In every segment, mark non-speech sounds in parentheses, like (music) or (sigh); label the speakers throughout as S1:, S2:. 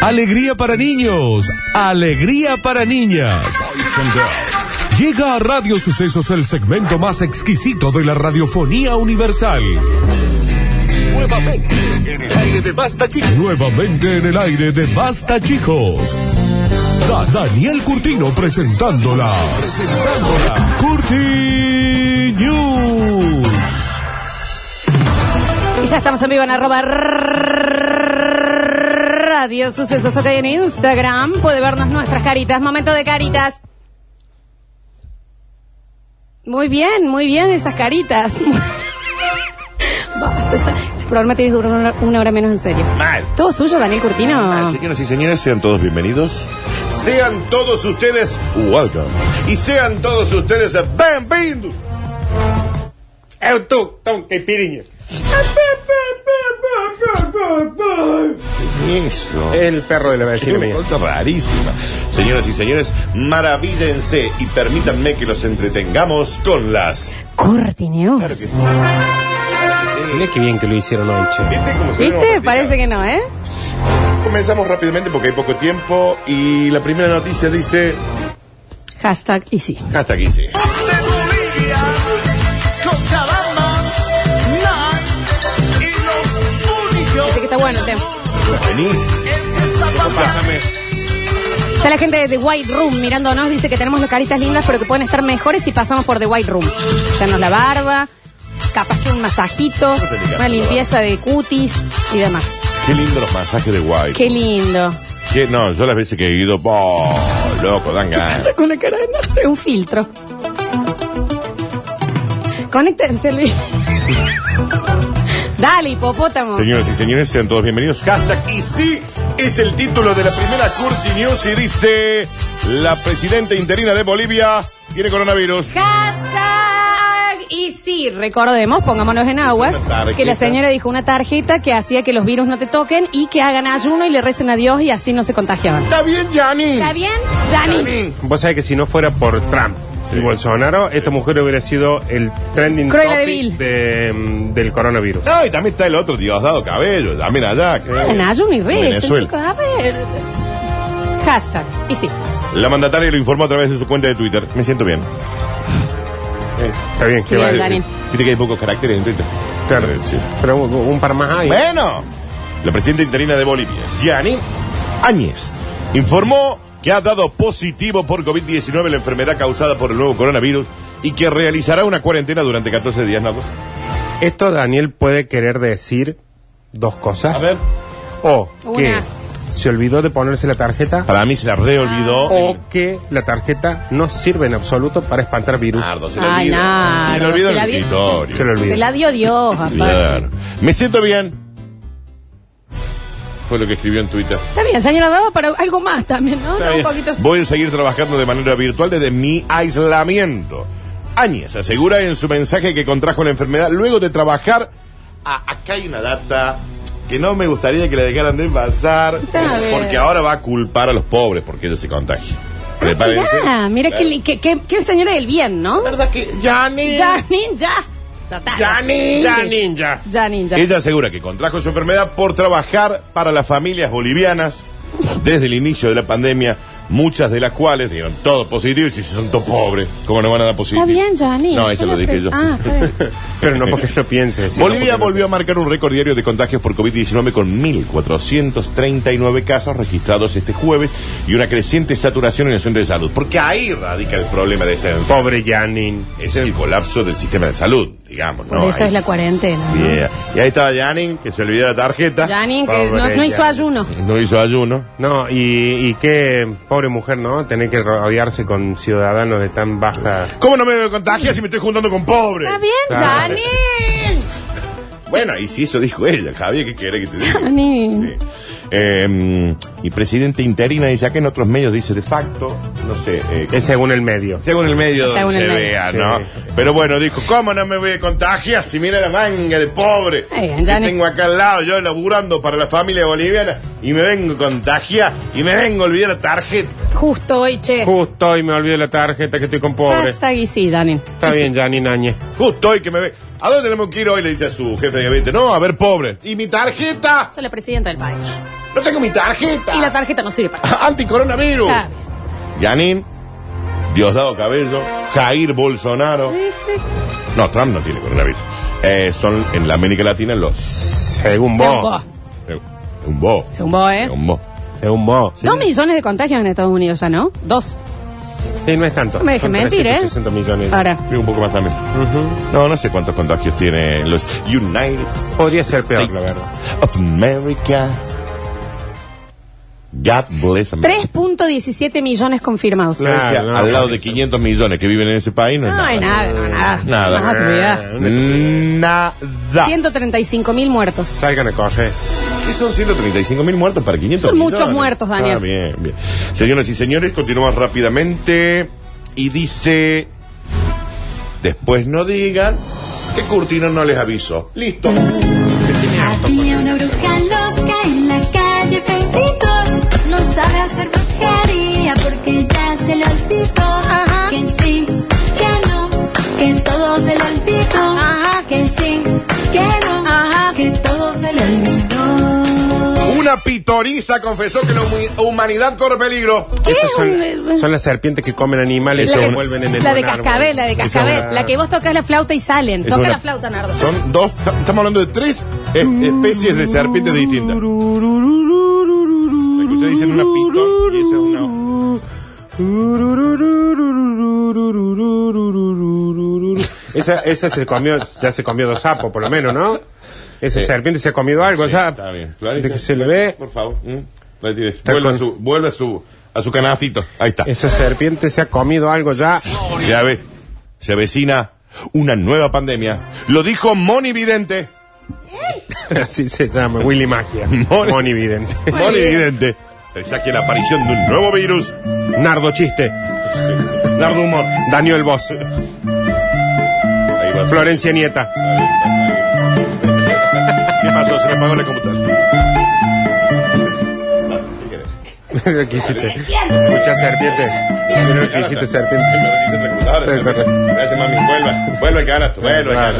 S1: Alegría para niños, alegría para niñas. Llega a Radio Sucesos el segmento más exquisito de la radiofonía universal. Nuevamente en el aire de Basta Chicos. Nuevamente en el aire de Basta Chicos. Da- Daniel Curtino presentándola. Presentándola. Curti News.
S2: Y ya estamos en vivo en arroba radio sucesos ok en Instagram. Puede vernos nuestras caritas. Momento de caritas. Muy bien, muy bien esas caritas. (laughs) Basta ya. Este programa tiene que durar una- una hora menos en serio.
S3: Mal.
S2: Todo suyo, Daniel Curtino.
S3: Así que, y señores, sean todos bienvenidos. Sean todos ustedes welcome. Y sean todos ustedes bienvenidos.
S4: Autócton que piriñas.
S3: ¿Qué es eso?
S4: El perro de la vecina
S3: Una
S4: mía.
S3: cosa rarísima. Señoras y señores, maravídense y permítanme que los entretengamos con las.
S2: Curtino.
S3: Claro que sí.
S4: Mira qué bien que lo hicieron hoy, che.
S3: ¿Viste cómo se
S2: ¿Viste?
S3: vieron
S2: Parece que no, ¿eh?
S3: Comenzamos rápidamente porque hay poco tiempo y la primera noticia dice.
S2: Hashtag y sí.
S3: Hasta aquí sí.
S2: Así que está bueno el tema.
S3: Buenísimo.
S2: Está la gente de The White Room mirándonos, dice que tenemos las caritas lindas, pero que pueden estar mejores si pasamos por The White Room. Danos la barba, capaz que un masajito,
S3: te digas,
S2: una
S3: la
S2: limpieza de cutis y demás.
S3: Qué lindo los masajes de guay.
S2: Qué lindo.
S3: Que no, yo las veces que he ido, ¡boh! loco, dan ganas.
S2: Con la cara de Nardo, un filtro. Conéctense, Luis. Dale, hipopótamo.
S3: Señoras y señores, sean todos bienvenidos. Hashtag y sí es el título de la primera Curti News y dice: La presidenta interina de Bolivia tiene coronavirus.
S2: Hashtag y sí, recordemos, pongámonos en aguas,
S3: Una tarjeta.
S2: que la señora dijo una tarjeta que hacía que los virus no te toquen y que hagan ayuno y le recen a Dios y así no se contagiaban.
S3: Está bien, Yanni.
S2: ¿Está bien, Dani?
S4: Vos sabés que si no fuera por Trump y Bolsonaro, esta mujer hubiera sido el trending
S2: Cruella de
S4: topic
S2: Vil.
S4: de, mm, del coronavirus.
S3: No, y también está el otro Diosdado Cabello, también allá. que-
S2: En ayuno y recen,
S3: Venezuela.
S2: chicos, a ver. Hashtag y sí.
S3: La mandataria lo informó a través de su cuenta de Twitter. Me siento bien.
S4: Está bien, que
S2: Bien,
S4: va a
S3: Sí, sí.
S2: Dani.
S4: decir.
S3: Viste que hay pocos caracteres en Twitter.
S4: Claro,
S3: Sí. ¿Eh?
S4: pero un, un par más hay.
S3: Bueno, la presidenta interina de Bolivia, Janine Áñez, informó que ha dado positivo por COVID-19 la enfermedad causada por el nuevo coronavirus y que realizará una cuarentena durante 14 días. ¿no?
S4: Esto Daniel puede querer decir dos cosas.
S3: A ver,
S4: O que
S2: Una.
S4: se olvidó de ponerse la tarjeta.
S3: para mí se la reolvidó.
S4: O que la tarjeta no sirve en absoluto para espantar virus.
S3: Nardo, se
S2: Ay,
S3: la olvidó. Se
S2: Nardo,
S3: la olvidó
S2: se
S3: en
S2: la
S3: el
S2: dio-
S3: escritorio.
S4: Se la olvidó.
S2: Se la dio Dios, papá.
S3: Claro. Me siento bien. Fue lo que escribió en Twitter.
S2: Está bien, señora Dado, pero algo más también, ¿no?
S3: Está
S2: Está un
S3: bien.
S2: poquito...
S3: Voy a seguir trabajando de manera virtual desde mi aislamiento. Áñez asegura en su mensaje que contrajo la enfermedad luego de trabajar. Ah, acá hay una data que no me gustaría que la dejaran de pasar.
S2: Está bien.
S3: Porque ahora va a culpar a los pobres porque ellos se contagian. Prepárense.
S2: Ah, mira
S3: Claro.
S2: qué, li- qué, qué, qué señora del bien, ¿no?
S3: La verdad que Yanni.
S2: Janin, ya. Ya está.
S4: Ya ninja.
S2: Ya ninja.
S3: Ella asegura que contrajo su enfermedad por trabajar para las familias bolivianas desde el inicio de la pandemia, muchas de las cuales dieron todo positivo y si son todos pobres, ¿cómo no van a dar positivo?
S2: Está bien, Johnny.
S3: No, eso
S2: Solo
S3: lo dije
S2: pre-
S3: yo.
S2: Ah, está
S3: (laughs)
S2: bien.
S4: Pero no porque lo piense. sino
S3: Bolivia
S4: porque no-
S3: volvió a marcar un récord diario de contagios por COVID-19 con 1.439 casos registrados este jueves y una creciente saturación en el centro de salud. Porque ahí radica el problema de esta enfermedad.
S4: Pobre Janin.
S3: Es el colapso del sistema de salud, digamos.
S2: Por
S3: ¿no?
S2: eso
S3: Ahí-
S2: es la cuarentena. ¿no?
S3: Yeah. Y ahí estaba Janin, que se olvidó la tarjeta.
S2: Janin, que
S4: Pobre
S2: no, no hizo
S4: Janin.
S2: ayuno.
S3: No hizo ayuno.
S4: No, y, y qué pobre mujer, ¿no? Tener que rodearse con ciudadanos de tan baja.
S3: ¿Cómo no me contagia si me estoy juntando con pobres?
S2: Está bien,
S4: Claro.
S2: Janin.
S3: Bueno, y si eso dijo ella, Javier, ¿qué quiere que te diga?
S2: Janin.
S3: Sí. Eh, y presidente interina dice acá en otros medios, dice de facto, no sé, eh,
S4: Es según el medio.
S3: según el medio
S2: Según
S3: donde
S2: el
S3: se
S2: medio.
S3: vea,
S4: Sí.
S3: ¿no? Pero bueno, dijo, ¿cómo no me voy a contagiar si mira la manga de pobre
S2: Ay,
S3: que
S2: Janet.
S3: tengo acá al lado, yo laburando para la familia boliviana y me vengo a contagiar y me vengo a olvidar la tarjeta?
S2: Justo hoy, che.
S4: Justo y me olvidé la tarjeta que estoy con pobre.
S2: Hashtag y sí, Janin.
S4: Está bien, Janin Áñez.
S3: Justo hoy que me ve. ¿A dónde tenemos que ir hoy? Le dice a su jefe de gabinete. No, a ver, pobre. ¿Y mi tarjeta?
S2: Soy la presidenta del país.
S3: No tengo mi tarjeta.
S2: Y la tarjeta no sirve
S3: Ah.
S2: para
S3: (laughs) Anticoronavirus.
S2: Está
S3: Yanin, Diosdado Cabello, Jair Bolsonaro.
S2: bien. Sí, sí.
S3: No, Trump no tiene coronavirus. Eh, son en la América Latina los.
S4: Según
S2: Según
S4: vos.
S2: vos.
S3: eh, Un bo.
S2: Según vos, ¿eh?
S3: Un bo.
S4: Según vos.
S2: Dos millones de contagios en Estados Unidos ya, ¿no? Dos.
S4: Sí, no es tanto.
S2: No me dejes
S4: Son
S2: mentir, ¿eh?
S4: 360 millones.
S2: Ahora.
S3: Sí, un poco más también. No, no sé cuántos contagios tiene los United
S4: Podría ser peor,
S3: States
S4: la verdad.
S3: of America. God bless America.
S2: 3.17 millones confirmados.
S4: Claro.
S3: Francia,
S4: no,
S3: al
S4: no,
S3: lado
S4: no,
S3: de
S4: no.
S3: 500 millones que viven en ese país, no es
S2: No hay nada, no, nada.
S3: Nada. Ah.
S2: Más actividad.
S3: nada. Nada.
S2: 135 mil muertos.
S4: Salgan a correr.
S3: ¿Qué son 135 mil muertos para 500
S2: Son muchos
S3: millones?
S2: muertos, Daniel.
S3: Ah, bien, bien. Señoras y señores, continuamos rápidamente. Y dice... Después no digan que Curtino no les avisó. Listo.
S5: Había una bruja loca en la calle 22 No sabe hacer brujería porque ya se le olvidó
S2: Ajá.
S5: Que sí, que no, que todo se le olvidó
S2: Ajá.
S5: Que sí, que no,
S2: Ajá.
S5: que todo se le olvidó
S3: Una pitoriza confesó que la humi- humanidad corre peligro.
S2: ¿Qué?
S4: Esas
S2: Un- eh,
S4: son, son las serpientes que comen animales y
S2: La,
S4: se
S2: que-
S4: vuelven en el
S2: la de
S4: buen árbol.
S2: cascabel, la de
S4: Esa es
S2: cascabel. La que vos tocas la flauta y salen.
S3: Es
S2: Toca
S3: una-
S2: la flauta, Nardo.
S3: Son dos, ta- estamos hablando de tres eh, especies de serpientes distintas. La que ustedes dicen una pitor y esa es una...
S4: (laughs) Esa, esa se comió, ya se comió dos sapos, por lo menos, ¿no? Esa
S3: Sí.
S4: serpiente se ha comido algo, ya.
S3: Está bien.
S4: de que se le ve.
S3: Por favor. Mm. Retírese. Vuelve,
S4: con-
S3: a su, vuelve a su a su canastito. Ahí está.
S4: Esa serpiente se ha comido algo ya.
S3: Ya ve. Se avecina una nueva pandemia. Lo dijo Moni Vidente.
S4: Así se llama, Willy
S3: (laughs)
S4: Magia.
S3: Moni-
S4: Moni Vidente.
S3: Moni Vidente. Pensá que la aparición de un nuevo virus.
S4: Nardo Chiste.
S3: Nardo humor.
S4: Daniel Boss.
S3: Ahí va.
S4: Florencia Nieta. (laughs)
S3: ¿Qué pasó? Se me apagó la computadora. ¿Qué querés?
S4: ¿Qué hiciste? Escucha serpiente. Mira que hiciste serpiente.
S3: Se me reinicia la computadora, se me reinicia. Gracias, mami. Vuelva. Vuelva al canasto. Vuelva al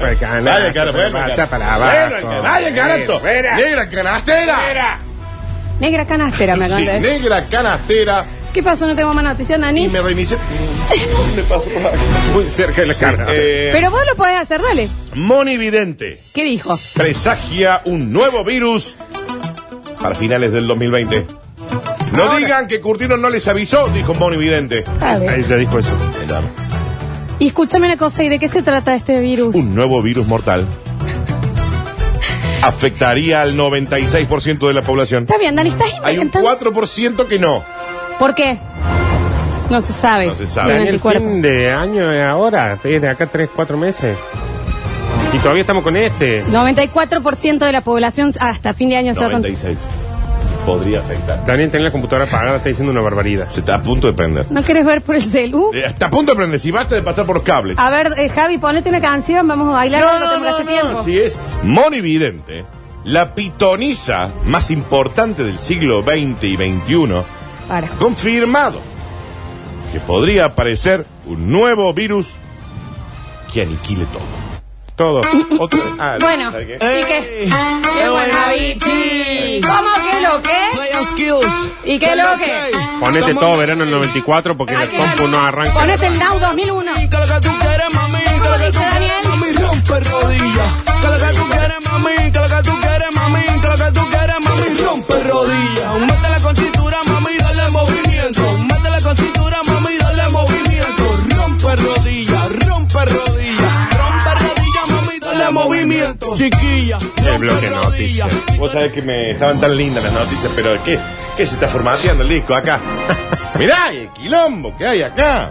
S3: canasto.
S4: pues. Vaya, vaya. Para abajo el canasto.
S3: Vaya el canasto. Vuelva al
S4: Pasa
S3: canasto.
S4: para
S3: Vuelva al
S4: abajo.
S3: canasto. Vaya el canasto.
S4: Fuera.
S3: Negra canastera.
S2: Negra canastera, me
S3: Sí,
S2: acabas de decir.
S3: negra canastera.
S2: ¿Qué pasó? No tengo más noticias,
S3: Y
S2: Nani.
S3: me
S2: (laughs)
S3: reinicié. Me pasó por acá.
S4: Muy cerca de la cara.
S3: Eh,
S2: Pero vos lo podés hacer, dale.
S3: Monividente
S2: ¿Qué dijo?
S3: presagia un nuevo virus para finales del 2020. No digan que Curtino no les avisó, dijo Monividente.
S2: A ver.
S4: Ahí ya dijo eso.
S2: Y escúchame una cosa, ¿y de qué se trata este virus?
S3: Un nuevo virus
S2: (laughs)
S3: mortal afectaría al 96% de la población.
S2: Está bien, Dani, estás
S3: Hay un
S2: inventando.
S3: 4% que no.
S2: ¿Por qué? No se sabe.
S3: No se sabe.
S2: Tiene
S4: Daniel,
S2: anticuerpos.
S4: fin de año es ahora. Es de acá 3, 4 meses. Y todavía estamos con este.
S2: 94% de la población hasta fin de año se va con...
S3: 96. Podría afectar.
S4: Daniel tiene la computadora apagada, está diciendo una barbaridad.
S3: Se está a punto de prender.
S2: ¿No querés ver por el celu?
S3: Eh, Está a punto de prender. Si basta de pasar por los cables.
S2: A ver, eh, Javi, ponete una canción, vamos a bailar.
S3: No,
S2: que
S3: no,
S2: tengo hace
S3: no,
S2: tiempo.
S3: no, si es monividente, la pitoniza más importante del siglo XX y XXI,
S2: Para.
S3: confirmado que podría aparecer un nuevo virus que aniquile todo.
S4: Todo.
S3: Otro- ah,
S2: Bueno,
S3: ¿sabe qué?
S2: ¿y qué? ¡Qué buena bichi! ¿Cómo que lo que?
S6: Player skills.
S2: ¿Y qué lo que?
S4: Ponete todo verano en el 94 porque la
S2: Aquí,
S4: compu no arranca.
S2: Ponete el Now 2001.
S6: Que lo que tú quieres, mami. Que
S2: ¿Cómo
S6: lo que tú
S2: dice
S6: quieres,
S2: Daniel?
S6: mami. Rompe rodillas. Que lo que tú quieres, mami. Que lo que tú quieres, mami. Que lo que tú quieres, mami. Rompe rodillas. Métela con cintura, mami. Dale movimiento. Métela con cintura, mami. Dale movimiento. Rompe rodillas. Rompe rodillas. Rompe rodillas, mami. Dale movimiento. Chiquilla.
S4: El
S6: rompe
S4: bloque de noticias.
S6: rodillas.
S3: Vos sabés que me estaban tan lindas las noticias, pero ¿qué? ¿Qué se está formateando el disco acá? (laughs) Mirá, el quilombo que hay acá.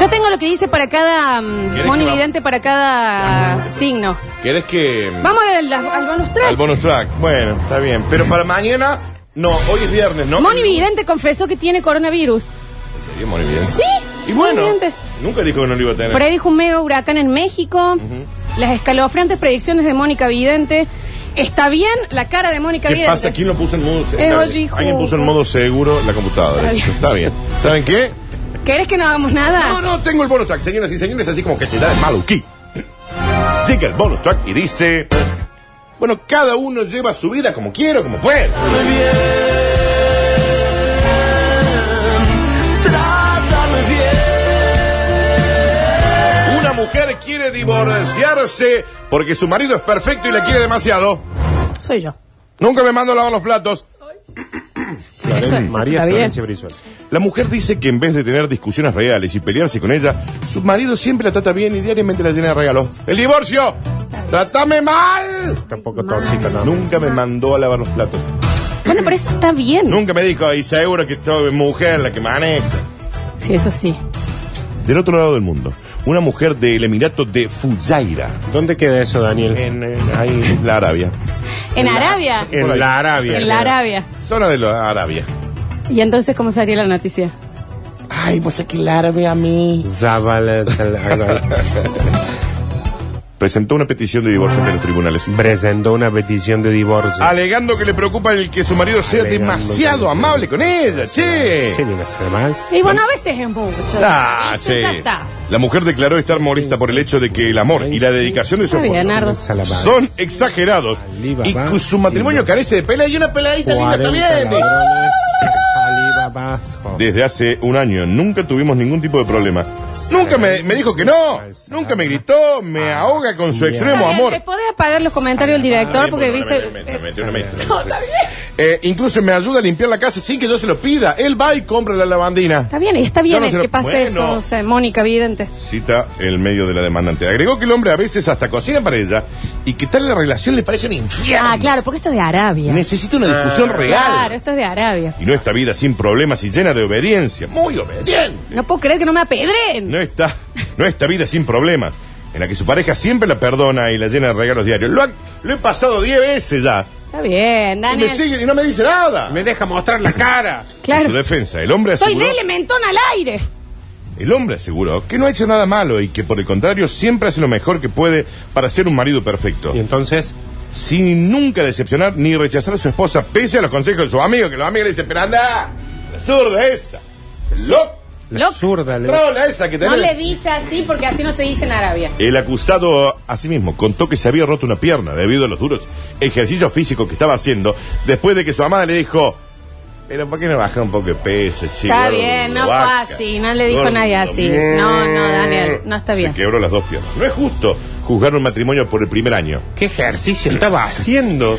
S2: Yo tengo lo que dice para cada
S3: ¿Querés
S2: um,
S3: que
S2: monividente, para cada signo.
S3: ¿Querés que...? mm,
S2: Vamos al, al bonus track.
S3: Al bonus track. Bueno, está bien. Pero para mañana... No, hoy es viernes, ¿no?
S2: Monividente confesó que tiene coronavirus.
S3: Sí, Monividente.
S2: Sí.
S3: Y bueno,
S2: Monividente.
S3: nunca dijo que no lo iba a tener.
S2: Por ahí dijo un mega huracán en México. Las escalofriantes predicciones de Mónica Vidente. Está bien la cara de Mónica
S3: ¿Qué
S2: Vidente.
S3: pasa? ¿Quién lo puso en modo
S2: Eh,
S3: seguro?
S2: oye, hijo.
S3: Alguien puso en modo seguro la computadora.
S2: Está
S3: Eso
S2: bien.
S3: Está bien. ¿Saben qué?
S2: ¿Querés que no hagamos nada?
S3: No, no, tengo el bonus track, señoras y señores, así como que se da de maluquí. Llega el bonus track y dice... Bueno, cada uno lleva su vida como quiere, como puede.
S6: Trátame bien.
S3: Una mujer quiere divorciarse porque su marido es perfecto y la quiere demasiado.
S2: Soy yo.
S3: Nunca me mando a lavar los platos.
S2: (clears throat) Eso es-
S4: María
S2: está bien.
S4: Florencia Brizuela.
S3: La mujer dice que en vez de tener discusiones reales y pelearse con ella, su marido siempre la trata bien y diariamente la llena de regalos. ¡El divorcio! ¡Trátame mal!
S4: Tampoco tóxica, no.
S3: Nunca me mandó a lavar los platos.
S2: Bueno, pero eso está bien.
S3: Nunca me dijo, y seguro que soy mujer la que maneja.
S2: Sí, eso sí.
S3: Del otro lado del mundo, una mujer del Emirato de Fujairah,
S4: ¿Dónde queda eso, Daniel?
S3: en, eh, ahí, en la Arabia.
S2: En Arabia.
S3: por ahí.
S4: En la Arabia.
S2: En la
S4: queda.
S2: Arabia.
S3: Zona de la Arabia.
S2: ¿Y entonces cómo sería la noticia?
S3: Ay, pues es que la Arabia a mí.
S4: Zabal, el-
S3: (laughs)
S4: el-
S3: Presentó una petición de divorcio ante los tribunales.
S4: presentó una petición de divorcio.
S3: Ah, Alegando que le preocupa el que su marido sea
S4: Alegando
S3: demasiado
S4: que-
S3: amable con ella, che.
S4: Sí, ni las demás.
S2: Y bueno, a veces es mucho.
S3: Ah,
S2: Eso
S3: sí.
S2: Ya está.
S3: La mujer declaró estar molesta por el hecho de que el amor y la dedicación de su
S2: Está bien,
S3: esposo
S2: Nardo.
S4: Salabal.
S3: son exagerados y que su matrimonio carece de pelea y una peleadita linda está
S4: 40
S3: bien. dice.
S4: ladrones, saliva bajo.
S3: Desde hace un año nunca tuvimos ningún tipo de problema. Nunca me, me dijo que no, nunca me gritó, me ahoga con su extremo
S2: Ah, Está bien,
S3: amor.
S2: ¿Le podés apagar los comentarios del director? Porque viste. (laughs)
S3: Eh, incluso me ayuda a limpiar la casa sin que yo se lo pida. Él va y compra la lavandina.
S2: Está bien, está bien
S3: Yo no se lo-
S2: que pase
S3: Bueno.
S2: eso, o sea, Mónica, evidente.
S3: Cita el medio de la demandante. Agregó que el hombre a veces hasta cocina para ella y que tal la relación le parece un infierno.
S2: Ah, claro, porque esto es de Arabia.
S3: Necesita una discusión real.
S2: Claro, esto es de Arabia.
S3: Y no esta vida sin problemas y llena de obediencia. Muy obediente.
S2: No puedo creer que no me apedren.
S3: No está, no esta vida sin problemas, en la que su pareja siempre la perdona y la llena de regalos diarios. Lo, ha- lo he pasado 10 veces ya.
S2: Está bien,
S3: Y me
S2: Daniel.
S3: sigue y no me dice nada.
S4: Me deja mostrar la cara.
S3: En su
S2: Claro.
S3: defensa, el hombre
S2: Soy
S3: aseguró,
S2: Nele Mentón al aire.
S3: el hombre aseguró que no ha hecho nada malo y que por el contrario siempre hace lo mejor que puede para ser un marido perfecto,
S4: Y entonces,
S3: sin nunca decepcionar ni rechazar a su esposa pese a los consejos de sus amigos, que los amigos le dicen, pero anda, la zurda esa, loco,
S4: la
S2: Loc.
S4: zurda le
S3: trola esa que tenés.
S2: No le dice así porque así no se dice en Arabia.
S3: El acusado, asimismo, contó que se había roto una pierna debido a los duros ejercicios físicos que estaba haciendo después de que su amada le dijo, pero ¿por qué no baja un poco de peso, chico?
S2: Está bien, no fue así, no le dijo nadie así. No, no, Daniel, no está bien.
S3: Se quebró las dos piernas. No es justo juzgar un matrimonio por el primer año.
S4: ¿Qué ejercicio estaba haciendo?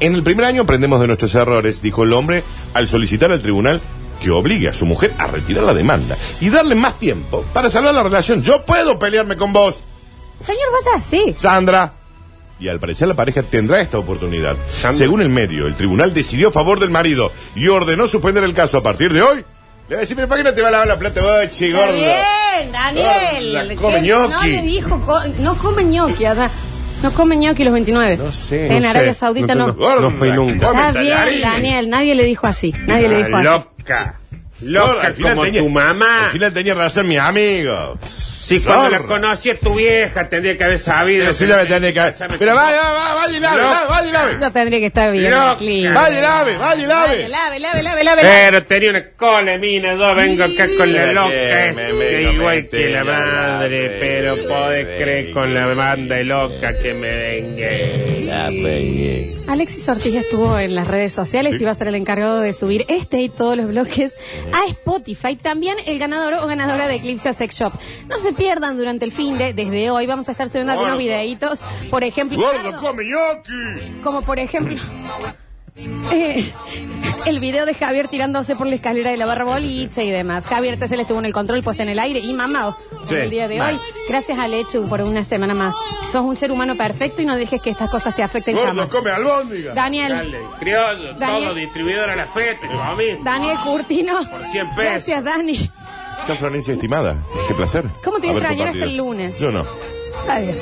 S3: En el primer año aprendemos de nuestros errores, dijo el hombre al solicitar al tribunal que obligue a su mujer a retirar la demanda y darle más tiempo para salvar la relación. Yo puedo pelearme con vos.
S2: Señor, vaya así.
S3: Sandra. Y al parecer la pareja tendrá esta oportunidad.
S4: Sandra.
S3: Según el medio, el tribunal decidió a favor del marido y ordenó suspender el caso a partir de hoy. Le va a decir, pero ¿para qué no te va a lavar la plata, boche,
S2: Está
S3: gordo?
S2: bien, Daniel.
S3: Gorda, come
S2: ¿Qué?
S3: ñoqui.
S2: No le dijo, co- no come ñoqui, allá. No come ñoqui los 29.
S3: No sé,
S2: En
S3: no
S2: Arabia
S3: sé.
S2: Saudita no.
S3: Gorda,
S4: No fui nunca.
S3: come
S2: Está bien,
S3: tallarines.
S2: Daniel. Nadie le dijo así. Nadie le dijo
S4: Ah,
S2: así.
S4: Loca.
S3: Gorda,
S4: Loca como tu mamá.
S3: Al final tenía razón mi amigo.
S4: Si cuando la
S3: Zorra.
S4: conocí a tu vieja tendría que haber sabido.
S3: Pero sí la tenía que... Pero vaya, va, va, vaya y lave,
S4: No.
S3: va, vaya y lave.
S2: Yo tendría que estar bien.
S4: Loca.
S2: Clint.
S3: Vaya y lave, vaya y
S2: Lave, lave,
S3: lave.
S2: lave, lave, lave.
S4: Pero tenía una cola, mina, yo vengo acá con la
S3: Sí,
S4: loca,
S3: me- me-
S4: este,
S3: me-
S4: igual que
S3: me-
S4: la
S3: me-
S4: madre, pero
S3: me- me-
S4: podés
S3: me-
S4: creer con la banda loca que me vengue.
S2: Alexis Ortiz estuvo en las redes sociales y va a ser el encargado de subir este y todos los bloques a Spotify. También el ganador o ganadora de Eclipse Sex Shop. No se pierdan durante el fin de, desde hoy, vamos a estar subiendo algunos
S3: Gordo.
S2: videitos. Por ejemplo,
S3: Gordo, come ñoqui.
S2: como por ejemplo eh, el video de Javier tirándose por la escalera de la barra boliche y demás. Javier Tesel estuvo en el control puesto en el aire y mamado
S4: Sí,
S2: en el día de
S4: mal.
S2: hoy. Gracias a Lechu por una semana más. Sos un ser humano perfecto y no dejes que estas cosas te afecten
S3: Gordo,
S2: jamás.
S3: come albóndiga.
S2: Daniel.
S4: Dale, criollo,
S2: Daniel.
S4: todo distribuidor a la feta, comí.
S2: Daniel Curtino.
S4: Por 100 pesos.
S2: Gracias, Dani.
S3: Ya, Florencia, estimada. Qué placer.
S2: ¿Cómo te voy a
S3: haber
S2: extrañar
S3: compartido.
S2: hasta el lunes?
S3: Yo no.
S2: Está bien.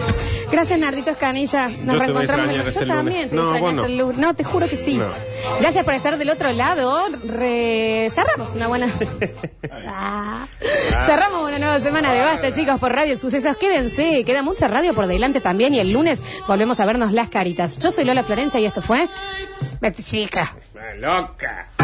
S2: Gracias, Nardito Escanilla.
S4: Yo
S2: Nos
S4: te voy a
S2: reencontramos
S4: extrañar
S2: el-
S4: hasta
S2: Yo
S4: el lunes.
S2: también te
S4: No,
S2: extraño
S4: vos
S2: hasta
S4: no.
S2: el lunes. No, te juro que sí.
S4: No.
S2: Gracias por estar del otro lado. Re- Cerramos una buena. Ah. Cerramos una nueva semana de
S4: Ah.
S2: basta, chicos, por Radio Sucesos. Quédense, queda mucha radio por delante también. Y el lunes volvemos a vernos las caritas. Yo soy Lola Florencia y esto fue. Vete, chica.
S4: La loca.